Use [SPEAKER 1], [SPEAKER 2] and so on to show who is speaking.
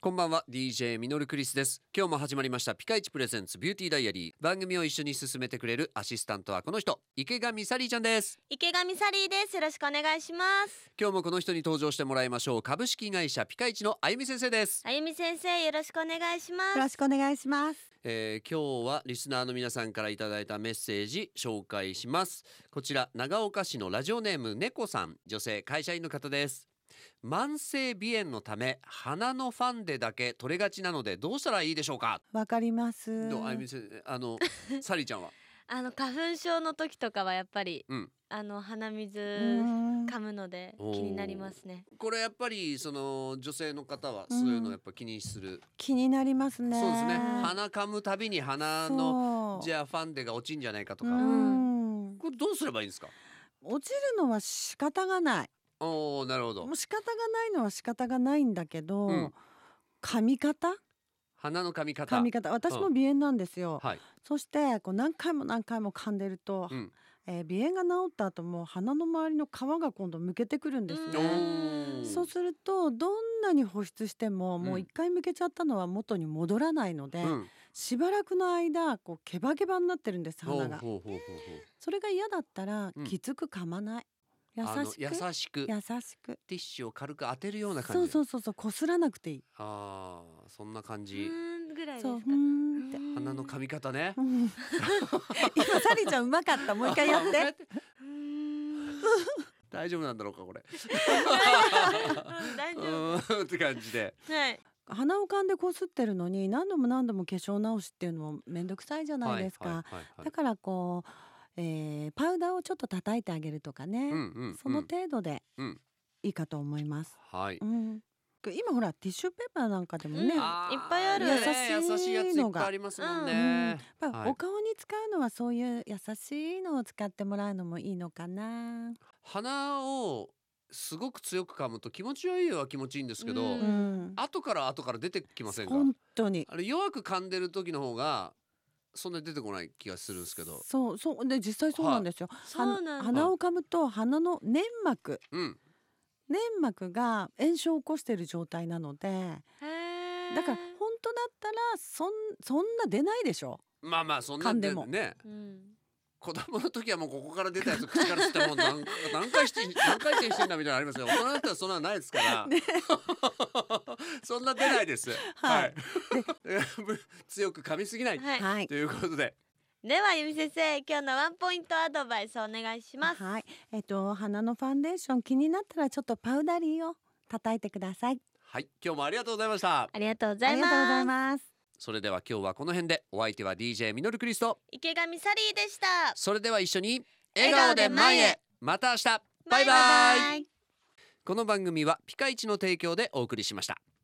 [SPEAKER 1] こんばんは DJ ミノルクリスです今日も始まりましたピカイチプレゼンツビューティーダイアリー番組を一緒に進めてくれるアシスタントはこの人池上サリーちゃんです
[SPEAKER 2] 池上サリーですよろしくお願いします
[SPEAKER 1] 今日もこの人に登場してもらいましょう株式会社ピカイチのあゆみ先生です、
[SPEAKER 2] あゆみ先生よろしくお願いしま
[SPEAKER 3] よろ
[SPEAKER 2] す
[SPEAKER 3] しくお願いします。
[SPEAKER 1] えー今日はリスナーの皆さんからいただいたメッセージ紹介しますこちら長岡市のラジオネーム猫さん女性会社員の方です慢性鼻炎のため鼻のファンデだけ取れがちなのでどうしたらいいでしょうか、
[SPEAKER 3] わかります。
[SPEAKER 1] どうあゆみ先生あのサリーちゃんは
[SPEAKER 2] あの花粉症の時とかはやっぱり、
[SPEAKER 1] うん
[SPEAKER 2] あの鼻水
[SPEAKER 3] うん
[SPEAKER 2] 噛むので
[SPEAKER 1] おー
[SPEAKER 2] 気になりますね
[SPEAKER 1] これやっぱりその女性の方はそういうのをやっぱ気にする、
[SPEAKER 3] 気になりますね。
[SPEAKER 1] そうですね鼻噛むたびに鼻の
[SPEAKER 3] の
[SPEAKER 1] じ
[SPEAKER 3] ゃ
[SPEAKER 1] ゃあファンデが落ちんじゃないかとか、
[SPEAKER 3] うん、
[SPEAKER 1] これどうすればいいんですか
[SPEAKER 3] 落ちるのは仕方がない。
[SPEAKER 1] おおなるほど
[SPEAKER 3] もう仕方がないのは仕方がないんだけど、
[SPEAKER 1] うん
[SPEAKER 3] 噛み方
[SPEAKER 1] 鼻の噛み方
[SPEAKER 3] 噛み方私も鼻炎なんですよ。
[SPEAKER 1] はい、
[SPEAKER 3] そしてこう何回も何回も噛んでると、
[SPEAKER 1] うん
[SPEAKER 3] えー鼻炎が治った後も鼻の周りの皮が今度剥けてくるんです
[SPEAKER 1] お
[SPEAKER 3] ね。
[SPEAKER 1] ー
[SPEAKER 3] そうするとどんなに保湿してももう一回剥けちゃったのは元に戻らないので、
[SPEAKER 1] うん
[SPEAKER 3] しばらくの間こうケバケバになってるんです
[SPEAKER 1] ほう
[SPEAKER 3] 鼻が
[SPEAKER 1] ほうほうほうほ
[SPEAKER 3] それが嫌だったら、
[SPEAKER 1] うん
[SPEAKER 3] きつく噛まないう優
[SPEAKER 1] あの
[SPEAKER 3] しく優
[SPEAKER 1] 優しくテ
[SPEAKER 3] しく
[SPEAKER 1] ィッシュを軽く当てるような感じ
[SPEAKER 3] そうそうそうそうこすらなくていい
[SPEAKER 1] ああそんな感
[SPEAKER 2] う
[SPEAKER 1] じ
[SPEAKER 2] ーんぐらいですか
[SPEAKER 3] そううー
[SPEAKER 2] うん
[SPEAKER 3] って
[SPEAKER 2] ーん
[SPEAKER 1] 鼻の噛み方ね
[SPEAKER 3] うん今サリーちゃんうまか ったもう一回やって
[SPEAKER 2] うーん
[SPEAKER 1] 大丈夫なんだろうかこれ
[SPEAKER 2] うん大
[SPEAKER 1] う
[SPEAKER 2] 丈夫
[SPEAKER 1] ーんって感じで
[SPEAKER 2] はい
[SPEAKER 3] 鼻を噛んでこすってるのに何度も何度も化粧直しっていうのもめんどくさいじゃないですか、
[SPEAKER 1] はいはいはいはい
[SPEAKER 3] だからこう、えーパウダーをちょっと叩いてあげるとか
[SPEAKER 1] うん
[SPEAKER 3] ね、
[SPEAKER 1] うんうん
[SPEAKER 3] その程度で
[SPEAKER 1] うん
[SPEAKER 3] いいかと思います、
[SPEAKER 1] はい
[SPEAKER 3] うん、今ほらティッシュペーパーなんかでもね、
[SPEAKER 2] うん
[SPEAKER 3] やっ
[SPEAKER 1] あー
[SPEAKER 2] いっぱいある
[SPEAKER 1] ね
[SPEAKER 3] 優
[SPEAKER 1] 優し
[SPEAKER 3] し
[SPEAKER 1] い
[SPEAKER 3] い
[SPEAKER 1] やついっ
[SPEAKER 3] の
[SPEAKER 1] ぱい
[SPEAKER 3] が
[SPEAKER 1] ありますもん
[SPEAKER 3] うん
[SPEAKER 1] ね。
[SPEAKER 3] ぱ
[SPEAKER 1] はい
[SPEAKER 3] お顔に使うのはそういう優しいのを使ってもらうのもいいのかな。
[SPEAKER 1] 鼻をすごく強く噛むと気持ちはいいは気持ちいいんですけど、
[SPEAKER 2] うん
[SPEAKER 3] うん、
[SPEAKER 1] 後から後から出てきませんか。
[SPEAKER 3] 本当に
[SPEAKER 1] あれ弱く噛んでる時の方がそんなに出てこない気がするんですけど。
[SPEAKER 3] そうそうで実際そうなんですよ。
[SPEAKER 2] そうな
[SPEAKER 3] は
[SPEAKER 2] んだ
[SPEAKER 3] 鼻を噛むと鼻の粘膜
[SPEAKER 1] うん。
[SPEAKER 3] 粘膜が炎症を起こしている状態なので
[SPEAKER 2] へー
[SPEAKER 3] だから本当だったらそんそんな出ないでしょ。
[SPEAKER 1] まあまあそんな
[SPEAKER 3] 噛
[SPEAKER 1] ん
[SPEAKER 3] ん
[SPEAKER 1] で
[SPEAKER 3] でも
[SPEAKER 1] ね
[SPEAKER 2] うん
[SPEAKER 1] 子供の時はもうここから出たやつ口から吸ってもう何何回して何回転してんだみたいなのありますよ大人だったらそんなのないですから、 そんな出ない ですは
[SPEAKER 3] はいい、
[SPEAKER 1] 強く噛みすぎない、
[SPEAKER 2] はい、
[SPEAKER 3] はい
[SPEAKER 1] ということで
[SPEAKER 2] ではあゆみ先生今日のワンポイントアドバイスお願いします
[SPEAKER 3] はい、えっ、と鼻のファンデーション気になったらちょっとパウダリーを叩いてください。
[SPEAKER 1] はい今日もありがとうございました
[SPEAKER 2] ありがとうご
[SPEAKER 3] あ
[SPEAKER 2] ざい
[SPEAKER 3] りがとうござ
[SPEAKER 2] ます
[SPEAKER 3] います。
[SPEAKER 1] それでは今日はこの辺でお相手は DJ ミノルクリスト
[SPEAKER 2] 池上サリーでした
[SPEAKER 1] それでは一緒に笑
[SPEAKER 2] 笑
[SPEAKER 1] 顔
[SPEAKER 2] 顔
[SPEAKER 1] で
[SPEAKER 2] で
[SPEAKER 1] 前
[SPEAKER 2] 前
[SPEAKER 1] へ
[SPEAKER 2] へ
[SPEAKER 1] また明日バイバイこの番組はピカイチの提供でお送りしました